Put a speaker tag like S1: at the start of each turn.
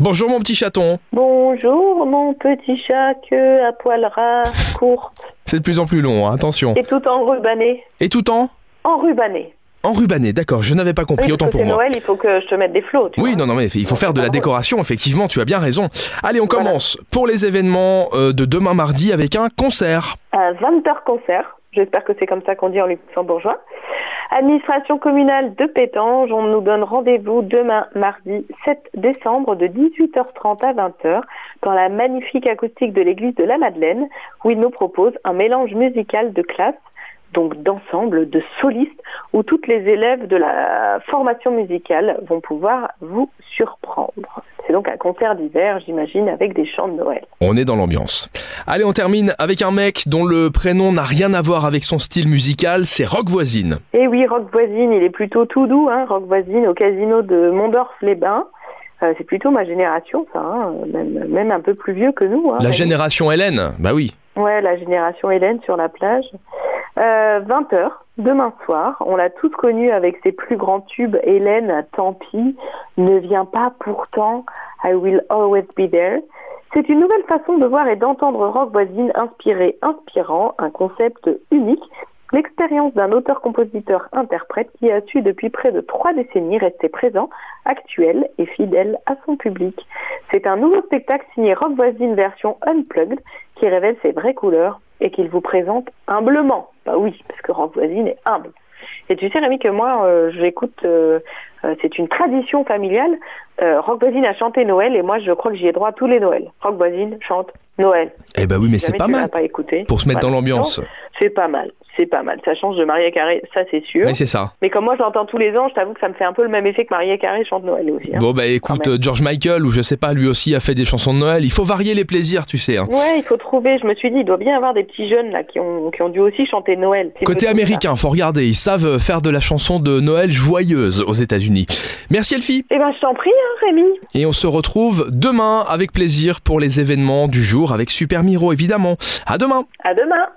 S1: Bonjour mon petit chaton.
S2: Bonjour mon petit chat que à poil ras, court
S1: C'est de plus en plus long, hein, attention.
S2: et tout enrubané.
S1: Et tout en
S2: Enrubané.
S1: Enrubanné, d'accord, je n'avais pas
S2: Oui,
S1: compris,
S2: parce
S1: autant
S2: que
S1: pour
S2: c'est
S1: moi.
S2: Noël, il faut que je te mette des flots. tu
S1: Oui,
S2: vois.
S1: non, non, mais il faut faire de la
S2: Ah ouais.
S1: décoration, effectivement, tu as bien raison. Allez, on
S2: Voilà.
S1: commence pour les événements euh, de demain mardi avec un concert.
S2: Un 20h concert. J'espère que c'est comme ça qu'on dit en luxembourgeois. Administration communale de Pétange, on nous donne rendez-vous demain mardi 7 décembre de 18h30 à 20h dans la magnifique acoustique de l'église de la Madeleine où il nous propose un mélange musical de classe, donc d'ensemble, de solistes, où toutes les élèves de la formation musicale vont pouvoir vous surprendre. C'est donc un concert d'hiver, j'imagine, avec des chants de Noël.
S1: On est dans l'ambiance. Allez, on termine avec un mec dont le prénom n'a rien à voir avec son style musical, c'est Rock Voisine.
S2: Eh oui, Rock Voisine, il est plutôt tout doux, hein, Rock Voisine au casino de Mondorf-les-Bains. Euh, c'est plutôt ma génération, ça, hein, même, même un peu plus vieux que nous. Hein,
S1: La
S2: Mais-
S1: génération Hélène, bah oui.
S2: Ouais, la génération Hélène sur la plage. Euh, 20h, demain soir, on l'a tous connu avec ses plus grands tubes. Hélène, tant pis, ne vient pas pourtant, I will always be there. C'est une nouvelle façon de voir et d'entendre rock voisine inspiré, inspirant, un concept unique, l'expérience d'un auteur-compositeur-interprète qui a su depuis près de trois décennies rester présent, actuel et fidèle à son public. C'est un nouveau spectacle signé rock voisine version unplugged qui révèle ses vraies couleurs et qu'il vous présente humblement. Bah oui, parce que Rock Voisine est humble. Et tu sais, Rémi, que moi, euh, j'écoute, euh, euh, c'est une tradition familiale. Euh, Rock Voisine a chanté Noël et moi, je crois que j'y ai droit tous les Noëls. Rock Voisine chante Noël.
S1: Eh bah oui, mais
S2: Si
S1: c'est
S2: jamais
S1: pas
S2: tu l'as
S1: mal
S2: pas écouté.
S1: pour se mettre dans
S2: Voilà.
S1: l'ambiance.
S2: C'est pas mal, c'est pas mal. Ça change de Maria Carré, ça c'est sûr.
S1: Oui, c'est ça.
S2: Mais comme moi, je l'entends tous les ans, je t'avoue que ça me fait un peu le même effet que Maria Carré chante Noël aussi. hein.
S1: Bon, bah écoute,
S2: Quand
S1: euh, George Michael, ou je sais pas, lui aussi a fait des chansons de Noël. Il faut varier les plaisirs, tu sais. hein.
S2: Ouais, il faut trouver. Je me suis dit, il doit bien y avoir des petits jeunes là qui ont, qui ont dû aussi chanter Noël. C'est
S1: Côté
S2: possible, ça.
S1: américain, faut regarder, ils savent faire de la chanson de Noël joyeuse aux États-Unis. Merci Elfie.
S2: Eh ben, je t'en prie, hein, Rémi.
S1: Et on se retrouve demain avec plaisir pour les événements du jour avec Super Miro évidemment. À demain.
S2: À demain.